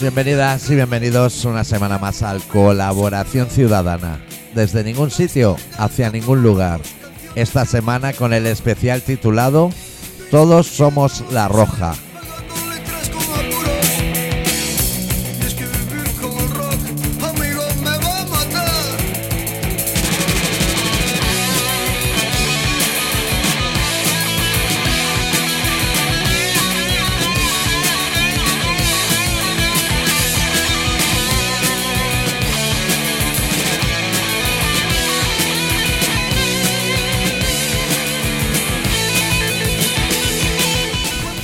bienvenidas y bienvenidos una semana más al Colaboración Ciudadana. Desde ningún sitio, hacia ningún lugar. Esta semana con el especial titulado Todos somos la Roja. Y es que vivir con el rock, amigo, me va a matar.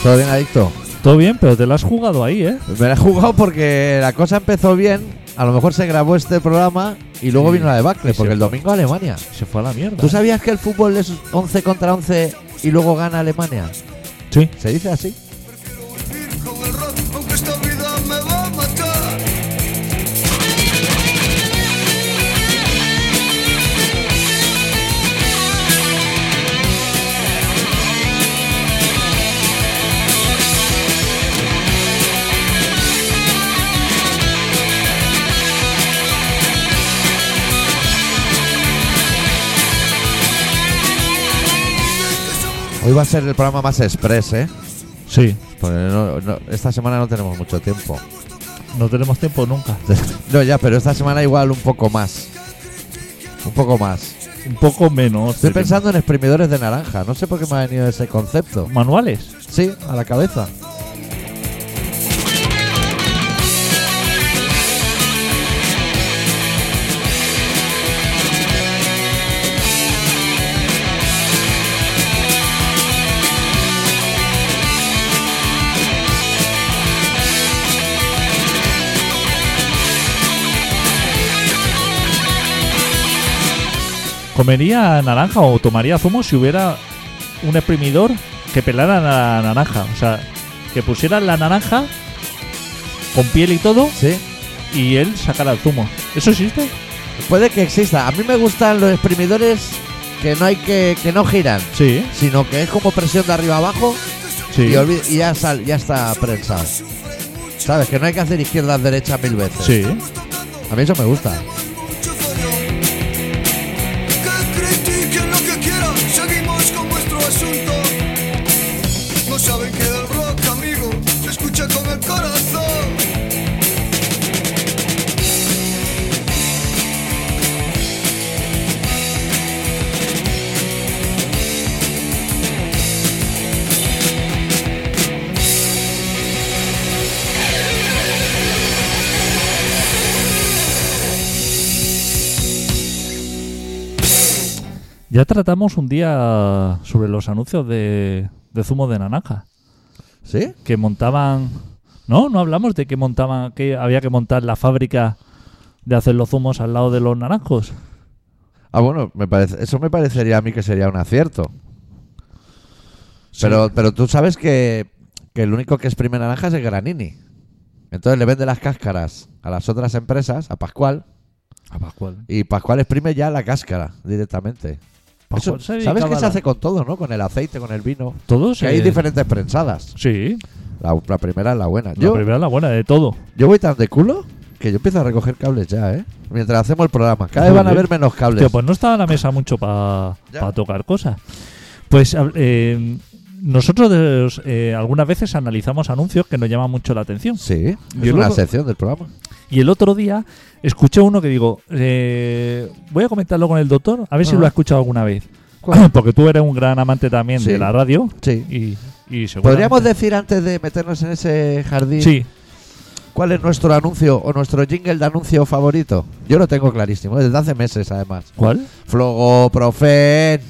¿Todo bien, adicto? Todo bien, pero te lo has jugado ahí, ¿eh? Me la he jugado porque la cosa empezó bien. A lo mejor se grabó este programa y luego Sí. vino la debacle, Sí, porque el sí. domingo Alemania. Se fue a la mierda. ¿Tú sabías que el fútbol es 11 contra 11 y luego gana Alemania? Sí. ¿Se dice así? Prefiero vivir con el rock, aunque esta vida me va a matar. Hoy va a ser el programa más express, ¿eh? Sí. Porque no- no- esta semana no tenemos mucho tiempo. No tenemos tiempo nunca. No, ya, pero esta semana igual un poco más. Un poco más. Un poco menos. Estoy tenemos. pensando en exprimidores de naranja. No sé por qué me ha venido ese concepto. Manuales. Sí, a la cabeza. Comería naranja o tomaría zumo si hubiera un exprimidor que pelara la naranja. O sea, que pusiera la naranja con piel y todo Sí. y él sacara el zumo. ¿Eso existe? Puede que exista. A mí me gustan los exprimidores que no hay que que no giran, Sí. sino que es como presión de arriba abajo Sí. y, olvi- y ya sal- ya está prensado. Sabes que no hay que hacer izquierdas derechas mil veces. Sí. A mí eso me gusta. Mucho fallo. Que critiquen lo que quieran, seguimos con vuestro asunto. No saben que el rock, amigo, se escucha con el corazón. Ya tratamos un día sobre los anuncios de, de zumo de naranja. ¿Sí? que montaban. No, no hablamos de que montaban, que había que montar la fábrica de hacer los zumos al lado de los naranjos. Ah, bueno, me parece, eso me parecería a mí que sería un acierto. Sí. Pero, pero tú sabes que, que el único que exprime naranja es el Granini. Entonces le vende las cáscaras a las otras empresas, a Pascual, y Pascual exprime ya la cáscara directamente. Pascual Eso- se dedicaba ¿Sabes que a se la- hace con todo, no? Con el aceite, con el vino. Todos. eh, Que hay diferentes prensadas. Sí, La, la primera es la buena. la Yo, primera es la buena de todo. yo voy tan de culo que yo empiezo a recoger cables ya, ¿eh? Mientras hacemos el programa. Cada vez van a Joder. haber menos cables. Tío, pues no estaba la mesa mucho para Ya. tocar cosas. Pues hab- eh, nosotros de los- eh, algunas veces analizamos anuncios que nos llaman mucho la atención. Sí, Yo es una luego- sección del programa. Y el otro día escuché uno que digo, eh, voy a comentarlo con el doctor, a ver si Ajá. lo ha escuchado alguna vez. Porque tú eres un gran amante también Sí. de la radio. Sí. Y, y seguramente- ¿Podríamos decir antes de meternos en ese jardín Sí, cuál es nuestro anuncio o nuestro jingle de anuncio favorito? Yo lo tengo clarísimo, desde hace meses además. ¿cuál? Flogoprofen,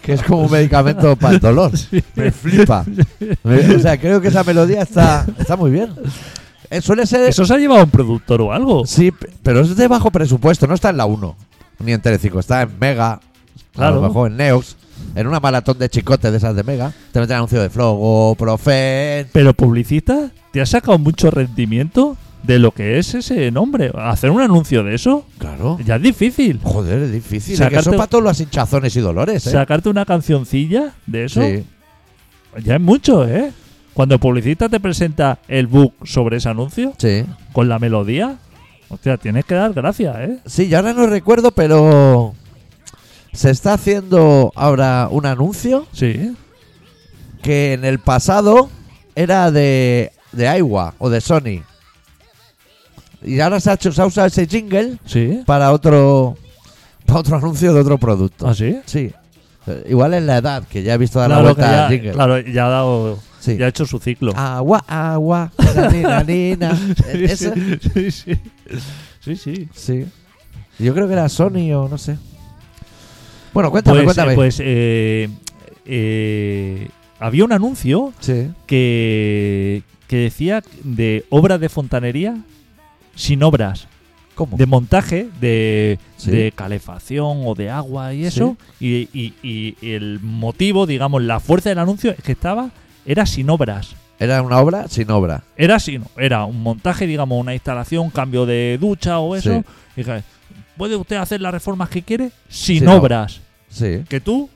que es como un medicamento para el dolor. Me flipa. Me- o sea, creo que esa melodía está, está muy bien. Eh, suele ser... ¿Eso se ha llevado un productor o algo? Sí, p- pero es de bajo presupuesto, no está en la 1, ni en Telecinco, está en Mega, a Claro. lo mejor en Neox, en una maratón de chicotes de esas de Mega, te meten anuncio de Flogoprofen... Pero publicista, ¿te ha sacado mucho rendimiento de lo que es ese nombre? Hacer un anuncio de eso Claro. ya es difícil. Joder, es difícil. Es que Sacarte- son para todos los hinchazones y dolores, ¿eh? Sacarte una cancioncilla de eso Sí. ya es mucho, ¿eh? Cuando el publicista te presenta el book sobre ese anuncio, Sí. con la melodía, hostia, tienes que dar gracias, ¿eh? Sí, yo ahora no recuerdo, pero. Se está haciendo ahora un anuncio Sí. que en el pasado era de, de Aiwa o de Sony. Y ahora se ha, hecho, se ha usado ese jingle Sí. para otro, para otro anuncio de otro producto. ¿Ah, sí? Sí. Eh, Igual es la edad, que ya he visto dar la Claro, que vuelta al ya, jingle. claro, ya ha dado. Sí. Ah, Ya ha hecho su ciclo. Agua, agua, na, ni, na, ni, na. Sí, ¿Ese? sí, sí. Sí, sí. Sí. Yo creo que era Sony o no sé. Bueno, cuéntame, pues cuéntame. eh, pues, eh, eh, había un anuncio sí. que, que decía de obra de fontanería sin obras, ¿Cómo? de montaje de, Sí. de calefacción o de agua y eso. Y, y- y el motivo, digamos, la fuerza del anuncio es que estaba era sin obras. Era una obra sin obra. Era así, no, era un montaje, digamos, una instalación, cambio de ducha o eso. Sí. Y dije, ¿puede usted hacer las reformas que quiere sin Sin obras? Sí. Que tú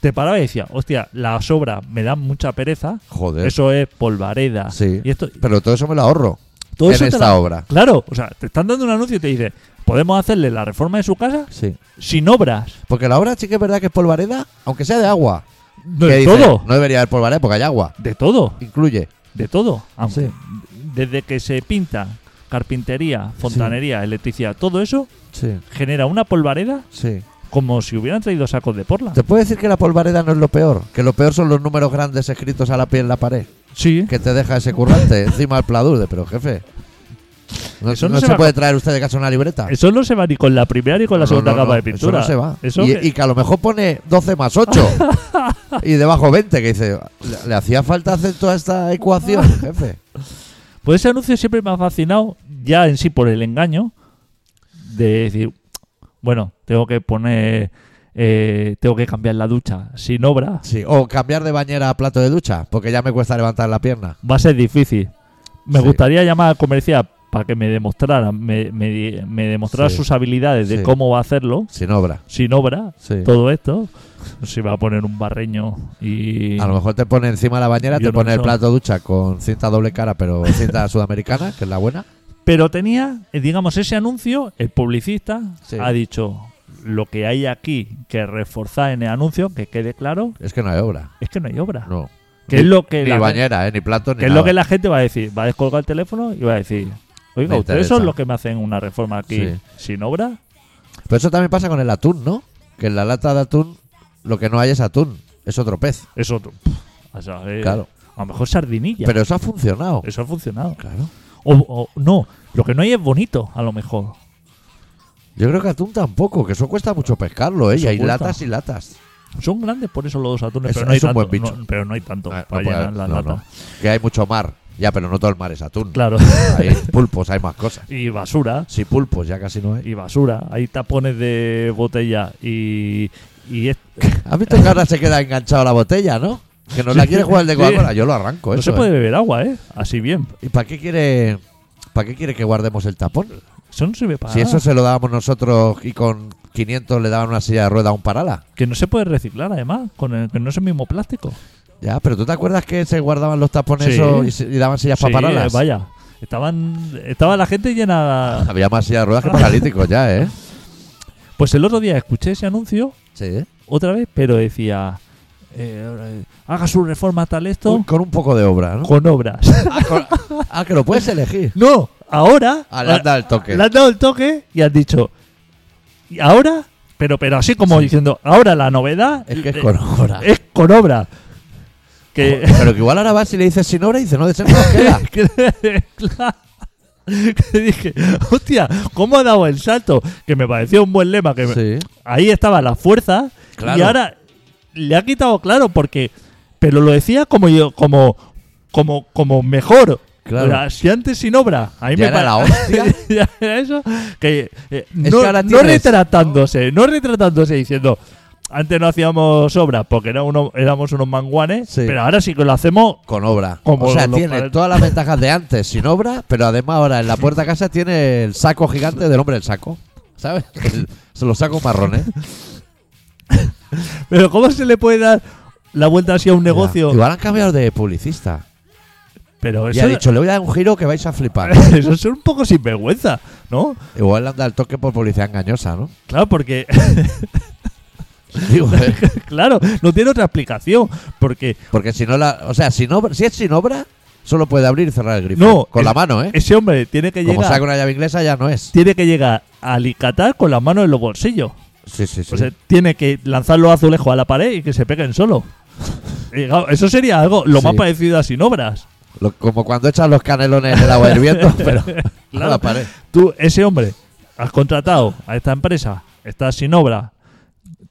te parabas y decías, hostia, las obras me dan mucha pereza. Joder. Eso es polvareda. Sí. Y esto, Pero todo eso me lo ahorro todo en eso te esta la- obra. Claro, o sea, te están dando un anuncio y te dice, podemos hacerle la reforma de su casa Sí. sin obras. Porque la obra sí que es verdad que es polvareda, aunque sea de agua. De Que dice, todo, No debería haber polvareda porque hay agua. de todo, Incluye. de todo. Aunque- Sí. Desde que se pinta carpintería, fontanería, electricidad, todo eso Sí. genera una polvareda Sí. como si hubieran traído sacos de porla. ¿Te puedo decir que la polvareda no es lo peor? Que lo peor son los números grandes escritos a la piel en la pared. Sí. que te deja ese currante encima del pladur de, pero jefe. No, Eso no no se se, va puede traer usted de casa una libreta. Eso no se va ni con la primera ni con la No, segunda no, no, capa de eso pintura. no se va. Eso y, que- y que a lo mejor pone 12 más 8 y debajo 20, que dice, le, le hacía falta hacer toda esta ecuación, jefe. Pues ese anuncio siempre me ha fascinado, ya en sí por el engaño, de decir, bueno, tengo que poner, eh, tengo que cambiar la ducha sin obra, Sí, o cambiar de bañera a plato de ducha, porque ya me cuesta levantar la pierna. va a ser difícil. Me Sí. gustaría llamar al comercial para que me demostrara, me, me di- me demostrara Sí. sus habilidades de Sí. cómo va a hacerlo Sin obra. sin obra, Sí. todo esto. Si va a poner un barreño y... A lo mejor te pone encima de la bañera, Yo te no pone el uso. plato de ducha con cinta doble cara, pero cinta sudamericana, que es la buena. Pero tenía, eh, digamos, ese anuncio, el publicista Sí. ha dicho, lo que hay aquí que reforzar en el anuncio, que quede claro, Es que no hay obra. es que no hay obra. No. Que es lo que, Ni la, gen- bañera, eh, ni plato, ni que es nada. lo que la gente va a decir. Va a descolgar el teléfono y va a decir, oiga, Me ustedes interesa. son los que me hacen una reforma aquí Sí. sin obra. Pero eso también pasa con el atún, ¿no? Que en la lata de atún lo que no hay es atún, es otro pez. Eso, tú- pff, a saber, Claro. A lo mejor sardinilla. Pero eso ha funcionado. eso ha funcionado. Claro. O, o no, lo que no hay es bonito, a lo mejor. Yo creo que atún tampoco, que eso cuesta mucho pescarlo, ¿eh? Y Eso hay cuesta. latas y latas. Son grandes por eso los dos atunes, Es- pero, no hay es un tanto, buen bicho. no- pero no hay tanto Ah, no para puede- llenar la no, lata. no. Que hay mucho mar. Ya, pero no todo el mar es atún. Claro. Hay pulpos, hay más cosas. y basura Si pulpos ya casi no hay. y basura hay tapones de botella y y es- ¿Has visto que ahora se queda enganchado la botella, no? Que no la quiere jugar el de Sí. Coca-Cola. Yo lo arranco, no eso. se puede ¿eh? beber agua eh así bien ¿Y para qué quiere.? ¿Para qué quiere que guardemos el tapón? eso no sirve para Si nada. eso se lo dábamos nosotros y con 500 le daban una silla de rueda a un parala. que no se puede reciclar además con el que no es el mismo plástico Ya, pero ¿tú te acuerdas que se guardaban los tapones Sí. esos y, se- y daban sillas Sí, para paralas? eh, vaya estaban estaba la gente llena Había más sillas de ruedas que paralíticos ya, ¿eh? pues el otro día escuché ese anuncio Sí. otra vez pero decía eh, ahora, eh, haga su reforma tal Un- esto con un poco de obra, ¿no? con obras Ah, con- ah, que lo puedes elegir. no ahora Ah, le has dado el toque. Le has dado el toque y has dicho. Y ahora, pero, pero así como diciendo, ahora la novedad Es que es con obra. es con obra. Que, Pero que igual ahora vas y le dices sin obra y dices, no, de ser no queda. que- claro. Que dije, hostia, ¿cómo ha dado el salto? Que me pareció un buen lema. Que me- Sí. Ahí estaba la fuerza. Claro. Y ahora le ha quitado claro porque. Pero lo decía como yo, como. Como, como mejor. Claro. O sea, si antes sin obra. A mí Ya me era pare- la hostia. Ya era eso. Que, eh, que no, ahora no tienes- retratándose, no retratándose diciendo. Antes no hacíamos obras porque era uno, éramos unos manguanes, Sí. pero ahora sí que lo hacemos. Con obra. Como o sea, los tiene padres. todas las ventajas de antes sin obra, pero además ahora en la puerta de casa tiene el saco gigante del hombre del saco. ¿Sabes? ¿eh? El- se los sacos marrones. Pero ¿cómo se le puede dar la vuelta así a un negocio. Ya. Igual han cambiado de publicista. Pero Y ha eso, dicho, le voy a dar un giro que vais a flipar. eso es un poco sinvergüenza, ¿no? Igual le han dado el toque por publicidad engañosa, ¿no? Claro, porque, Digo, eh, claro, no tiene otra explicación. Porque porque si no la. O sea, si, no, si es sin obra, solo puede abrir y cerrar el grifo. No, Con la es- mano, ¿eh? ese hombre tiene que Como llegar. saca una llave inglesa, ya no es. Tiene que llegar a alicatar con las manos en los bolsillos. Sí, sí, sí. O sea, tiene que lanzar los azulejos a la pared y que se peguen solo. Y, claro, Eso sería algo lo más Sí. parecido a sin obras. Lo- como cuando echas los canelones en el agua hirviendo, pero a la Claro. pared. Tú, ese hombre, has contratado a esta empresa, estás sin obra,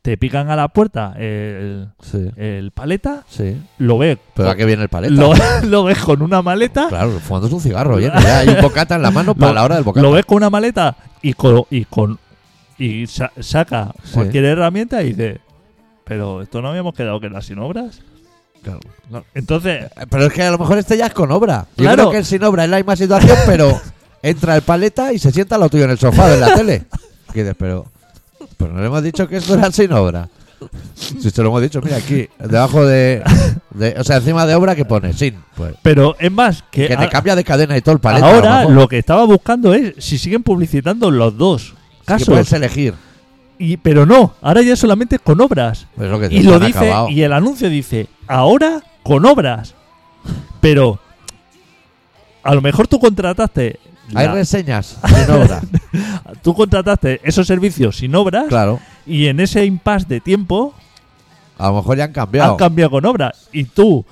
te pican a la puerta el, Sí, el paleta, sí. lo ves. Pero a qué viene el paleta. lo, lo ves con una maleta, Claro, fumando es un cigarro, oye, ya hay un bocata en la mano para Lo- la hora del bocata. lo ves con una maleta y con. Y, con, y sa- saca Sí. cualquier herramienta y dice: Pero esto no habíamos quedado que era sin obras. Claro, claro. Entonces, Eh, Pero es que a lo mejor este ya es con obra. Yo Claro. creo que el sin obra es la misma situación, pero entra el paleta y se sienta lo tuyo en el sofá de la tele. Y dices, pero, pero no le hemos dicho que esto era sin obra. Si te lo hemos dicho, mira aquí, debajo de, de- O sea, encima de obra que pone sin. Pues, pero es más que. que te a- cambia de cadena y todo el paleta. a lo Eh, Ahora mejor. lo que estaba buscando es si siguen publicitando los dos Que casos. puedes elegir. Y, pero no, ahora ya solamente con obras. Es lo que te Y lo han dice, acabado. y el anuncio dice, ahora con obras. Pero a lo mejor tú contrataste. Hay la- reseñas sin obra. tú contrataste esos servicios sin obras claro. y en ese impasse de tiempo A lo mejor ya han cambiado. han cambiado con obras. Y tú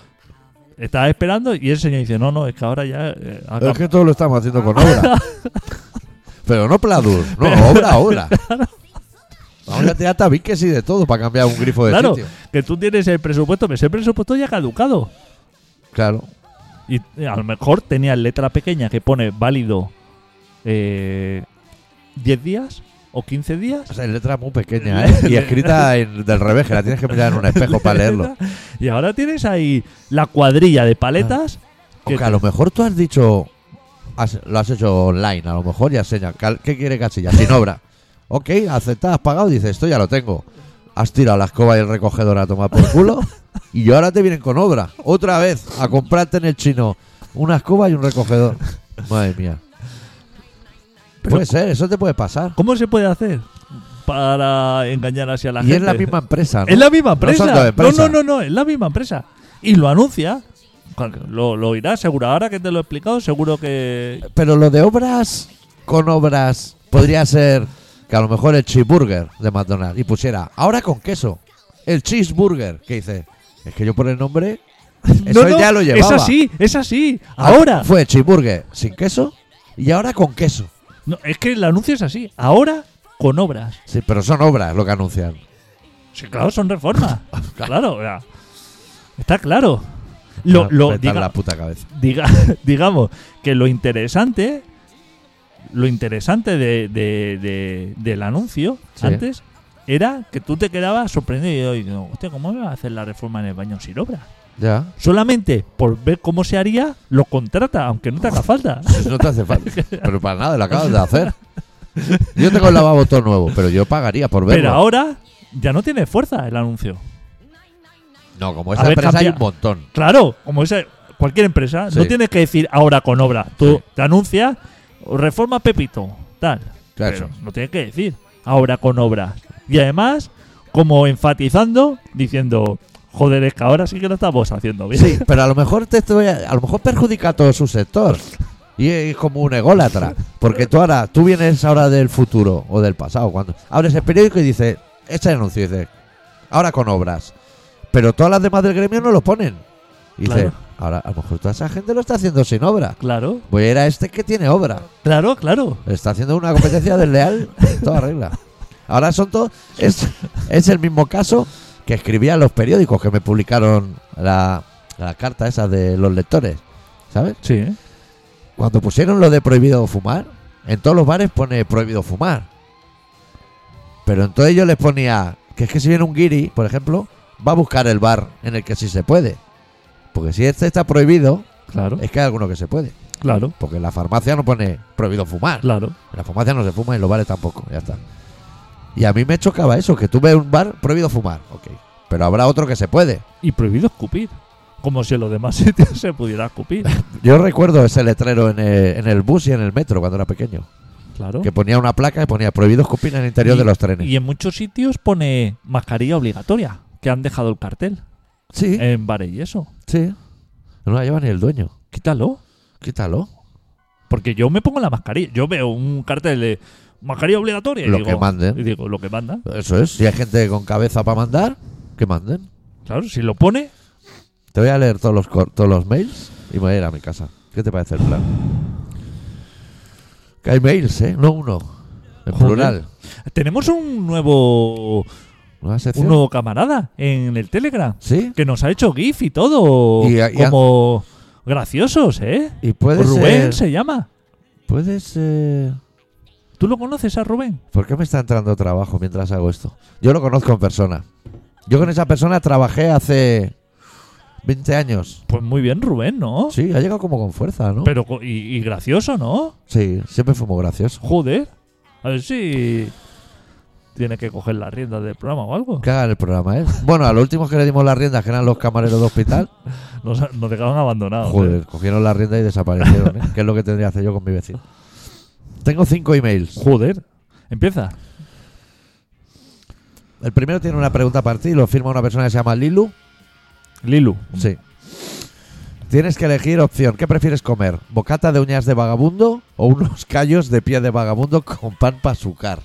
estabas esperando y el señor dice, no, no, es que ahora ya eh, ha Es que todo lo estamos haciendo con obra. Pero no pladur, no, obra, obra. Vamos a tirar tabiques y de todo para cambiar un grifo de Claro. sitio. que tú tienes el presupuesto, pero ese presupuesto ya caducado. Claro. Y eh, a lo mejor tenía letra pequeña que pone válido eh, 10 días o 15 O días. sea, en letra muy pequeña, ¿eh? Y escrita en- del revés, que la tienes que mirar en un espejo para leerlo. Y ahora tienes ahí la cuadrilla de paletas. que- Aunque a lo mejor tú has dicho. has- lo has hecho online, a lo mejor ya seña. cal- ¿Qué quiere Casilla? Sin obra. Ok, aceptas, has pagado, dices, esto ya lo tengo. Has tirado la escoba y el recogedor a tomar por culo. y ahora te vienen con obra. Otra vez, a comprarte en el chino una escoba y un recogedor. Madre mía. Pero- puede ser, eso te puede pasar. ¿Cómo se puede hacer para engañar así a la y gente? es la misma empresa, ¿no? Es la misma No son empresa. dos empresas. no, no, no, es la misma empresa. Y lo anuncia. Cuando- Lo, lo irá seguro. Ahora que te lo he explicado, seguro que. Pero lo de obras con obras podría ser que a lo mejor el cheeseburger de McDonald's y pusiera ahora con queso. El cheeseburger, que dice, es que yo por el nombre, eso No, no, ya lo llevaba. Es así, es así. Ah, Ahora. Fue cheeseburger sin queso y ahora con queso. No, es que el anuncio es así. Ahora con obras. Sí, pero son obras lo que anuncian. Sí, claro, son reformas. claro, o sea, está claro. Lo, Para lo- petar diga- Ah, la puta cabeza. diga- digamos que lo interesante, lo interesante de, de- de- del anuncio Sí. antes era que tú te quedabas sorprendido y diciendo, hostia, ¿cómo me va a hacer la reforma en el baño sin obra? Ya. Solamente por ver cómo se haría, lo contrata, aunque no te haga falta. Eso no te hace falta. pero para nada, lo acabas de hacer. Yo tengo el lavabo todo nuevo, pero yo pagaría por verlo. Pero ahora ya no tiene fuerza el anuncio. no, como esta Haber empresa hay cambiado- un montón. Claro, como esa, cualquier empresa, Sí. no tienes que decir ahora con obra. Tú Sí. te anuncias, reforma Pepito, tal. Claro. Pero no tienes que decir ahora con obra. Y además, como enfatizando, diciendo, joder, es que ahora sí que lo estamos haciendo bien. Sí, pero a lo mejor te estoy- a lo mejor perjudica a todo su sector. Y es como un ególatra. Porque tú ahora, tú vienes ahora del futuro o del pasado. Cuando abres el periódico y dices, este anuncio, dice, ahora con obras. Pero todas las demás del gremio no lo ponen. Y dices, Claro. ahora a lo mejor toda esa gente lo está haciendo sin obra. Claro, Voy a ir a este que tiene obra. claro, claro. Está haciendo una competencia desleal en toda regla. Ahora son todos. Es, es el mismo caso que escribían los periódicos que me publicaron la, la carta esa de los lectores. ¿Sabes? Sí, ¿eh? Cuando pusieron lo de prohibido fumar, en todos los bares pone prohibido fumar. Pero entonces yo les ponía que es que si viene un guiri, por ejemplo, va a buscar el bar en el que sí se puede. Porque si este está prohibido, claro, es que hay alguno que se puede. claro, Porque en la farmacia no pone prohibido fumar. claro. En la farmacia no se fuma y en los bares tampoco, ya está. Y a mí me chocaba eso, que tú ves un bar prohibido fumar, ok. pero habrá otro que se puede. Y prohibido escupir. Como si en los demás sitios se pudiera escupir. Yo recuerdo ese letrero en el, en el bus y en el metro cuando era pequeño, Claro. que ponía una placa y ponía prohibido escupir en el interior Y- de los trenes. Y en muchos sitios pone mascarilla obligatoria, que han dejado el cartel sí, en bares y eso. sí. No la lleva ni el dueño. Quítalo. Quítalo. Porque yo me pongo la mascarilla. Yo veo un cartel de mascarilla obligatoria. y Lo digo- que manden. Y digo, lo que manda. Eso es. Si hay gente con cabeza para mandar, que manden. Claro, si lo pone, Te voy a leer todos los, cor- todos los mails y me voy a ir a mi casa. ¿Qué te parece el plan? Que hay mails, ¿eh? No uno. En Joder. plural. tenemos un nuevo Nueva sección. un nuevo camarada en el Telegram ¿Sí? que nos ha hecho GIF y todo. Y- y- como graciosos, ¿eh? Y puede Rubén ser... se llama. Puede ser... ¿Tú lo conoces a Rubén? ¿Por qué me está entrando trabajo mientras hago esto? Yo lo conozco en persona. Yo con esa persona trabajé hace 20 años. Pues muy bien, Rubén, ¿no? Sí, ha llegado como con fuerza, ¿no? Pero, co- y, y gracioso, ¿no? Sí, siempre fue muy gracioso. Joder. A ver si tiene que coger la rienda del programa o algo. Que hagan el programa, ¿eh? Bueno, a los últimos que le dimos las riendas, que eran los camareros de hospital, Nos, nos dejaron abandonados. ¿eh? Joder, cogieron la rienda y desaparecieron, ¿eh? que es lo que tendría que hacer yo con mi vecino. Tengo cinco emails. Joder. Empieza. El primero tiene una pregunta para ti, lo firma una persona que se llama Lilu. Lilu. Sí. Tienes que elegir opción. ¿Qué prefieres comer? ¿Bocata de uñas de vagabundo o unos callos de pie de vagabundo con pan para azucar?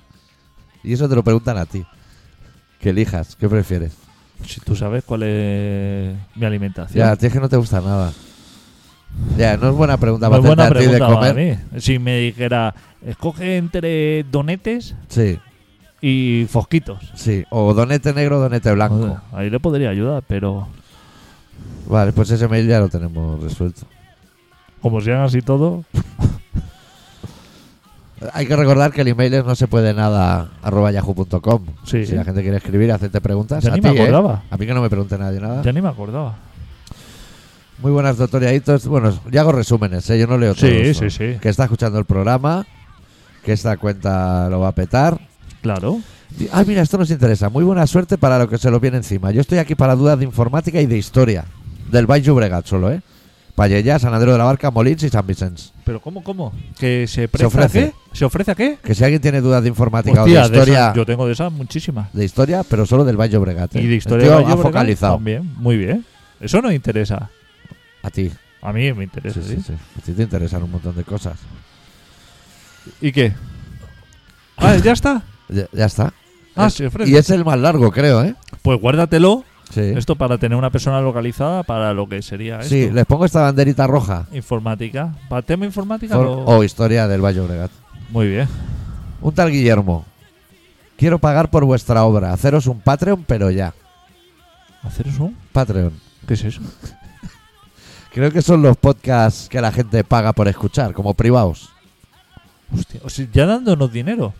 Y eso te lo preguntan a ti. Que elijas, ¿qué prefieres? Si tú sabes cuál es mi alimentación. Ya, a ti es que no te gusta nada. Ya, no es buena pregunta No para es buena hacerte a ti de pregunta para comer. mí. Si me dijera, escoge entre donetes Sí, y fosquitos. sí. O donete negro o donete blanco. Joder, ahí le podría ayudar, pero Vale, pues ese mail ya lo tenemos resuelto. como sean así todo, Hay que recordar que el email es no se puede nada arroba yahoo.com. Sí. Si la gente quiere escribir, hacerte preguntas. ya a ni ti, me ¿eh? acordaba. A mí que no me pregunte nadie nada. Ya ni me acordaba. Muy buenas, doctor Yaitos. Bueno, yo hago resúmenes, ¿eh? yo no leo Sí, todos, sí, ¿no? sí. Que está escuchando el programa, que esta cuenta lo va a petar. Claro. Di- Ay, mira, esto nos interesa. Muy buena suerte para lo que se lo viene encima. Yo estoy aquí para dudas de informática y de historia. Del Baix Llobregat solo, ¿eh? Pallella, San Andreu de la Barca, Molins y San Vicens. Pero ¿cómo, cómo? ¿Que se, presta ofrece? ofrece. ¿Se ofrece a qué? Que si alguien tiene dudas de informática Hostia, o de de esas- historia... yo tengo de esas muchísimas. de historia, pero solo del Valle Obregat. ¿eh? Y de El historia tío de Valle ha Obregón focalizado También, muy bien. Eso nos interesa. a ti. A mí me interesa, ¿eh? Sí, sí. sí, sí. A ti te interesan un montón de cosas. ¿Y qué? Vale, ya está. Ya, ya está. Ah, Es- se ofrece. y es el más largo, creo, ¿eh? Pues guárdatelo. Sí. Esto para tener una persona localizada para lo que sería esto. Sí, les pongo esta banderita roja. Informática. ¿Para tema informática? For- oh. lo- o historia del Valle Obregat. Muy bien. Un tal Guillermo. Quiero pagar por vuestra obra. Haceros un Patreon, pero ya. ¿Haceros un? Patreon. ¿Qué es eso? Creo que son los podcasts que la gente paga por escuchar, como privados. Hostia, o sea, ya dándonos dinero.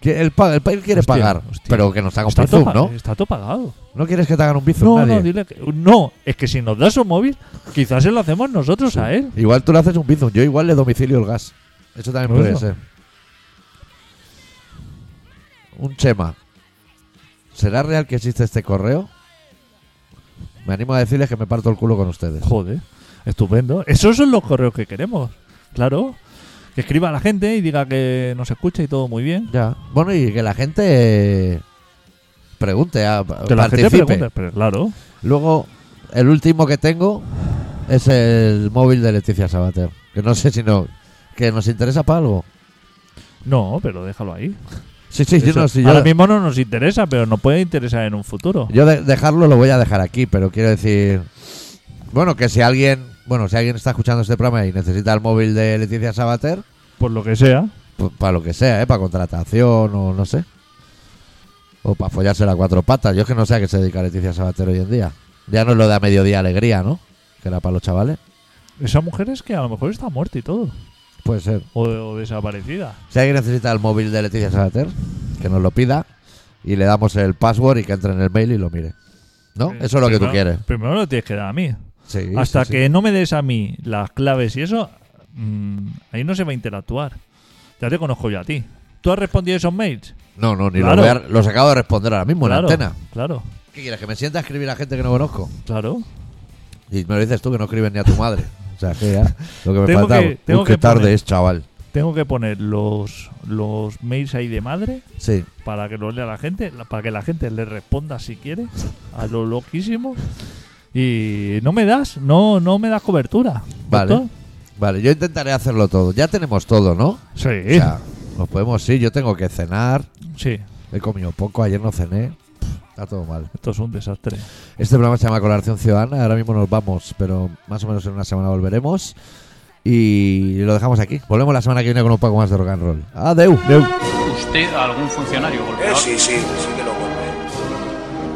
Que él, paga, él, él quiere Hostia, pagar, hostia. pero que nos haga un Está, bizum, todo ¿no? pa- está todo pagado. ¿No quieres que te hagan un bizum No, nadie? no, dile que- no, es que si nos da su móvil, quizás se lo hacemos nosotros a él. Igual tú le haces un bizum, yo igual le domicilio el gas. Eso también Por puede eso. ser. Un chema. ¿Será real que existe este correo? Me animo a decirles que me parto el culo con ustedes. Joder, estupendo. Esos son los correos que queremos. Claro. Que escriba a la gente y diga que nos escucha y todo muy bien. Ya. Bueno, y que la gente eh, pregunte, ah, Que la gente participe. pregunte, pero claro. Luego, el último que tengo es el móvil de Leticia Sabater. Que no sé si no. Que nos interesa para algo. No, pero déjalo ahí. Sí, sí, yo Eso, no, sí, yo- Ahora mismo no nos interesa, pero nos puede interesar en un futuro. Yo de- dejarlo lo voy a dejar aquí, pero quiero decir, bueno, que si alguien, bueno, si alguien está escuchando este programa y necesita el móvil de Leticia Sabater, Por lo que sea. pues, para lo que sea, ¿eh? para contratación o no sé, o para follarse la cuatro patas. Yo es que no sé a qué se dedica Leticia Sabater hoy en día. Ya no es lo de a mediodía alegría, ¿no? Que era para los chavales. Esa mujer es que a lo mejor está muerta y todo. Puede ser. O, o desaparecida. Si alguien necesita el móvil de Leticia Sabater, que nos lo pida y le damos el password y que entre en el mail y lo mire. ¿No? Eso es lo que tú Eh, Primero- quieres. Primero lo tienes que dar a mí. Sí, Hasta sí, sí. que no me des a mí las claves y eso, mm, ahí no se va a interactuar. Ya te conozco yo a ti. ¿Tú has respondido esos mails? No, no, ni Claro. los, voy a- los acabo de responder ahora mismo claro, en la antena. Claro. ¿Qué quieres? ¿Que me sienta a escribir a gente que no conozco? Claro. Y me lo dices tú que no escribes ni a tu madre. O sea, que ya, lo que me Tengo falta. que- Uy, tengo qué que tarde poner. es, chaval. Tengo que poner los, los mails ahí de madre Sí. para que los lea la gente, la- para que la gente le responda si quiere, a lo loquísimo. Y no me das, no, no me das cobertura. Vale. doctor. Vale, yo intentaré hacerlo todo. Ya tenemos todo, ¿no? Sí, O sea, nos podemos ir. Yo tengo que cenar. sí, He comido poco. Ayer no cené. Está todo mal. esto es un desastre. Este programa se llama Colaboración Ciudadana. Ahora mismo nos vamos, pero más o menos en una semana volveremos. Y lo dejamos aquí. Volvemos la semana que viene con un poco más de rock and roll. Adeu. Adeu. ¿Usted a algún funcionario Eh, golpeador? sí, sí, sí que lo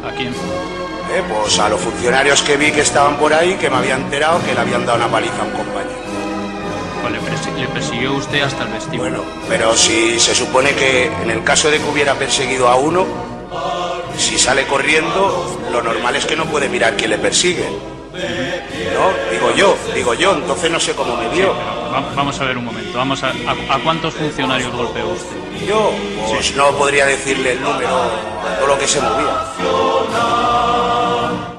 golpeé. ¿A quién? Eh, pues a los funcionarios que vi que estaban por ahí, que me había enterado que le habían dado una paliza a un compañero. Pues le, persi- le persiguió usted hasta el vestíbulo. Bueno, pero si se supone que en el caso de que hubiera perseguido a uno, si sale corriendo, lo normal es que no puede mirar quién le persigue. No, digo yo, digo yo, entonces no sé cómo me vio. Va- vamos a ver un momento. Vamos a, a- ¿a cuántos funcionarios golpeó usted? Yo, pues no podría decirle el número, todo lo que se movía.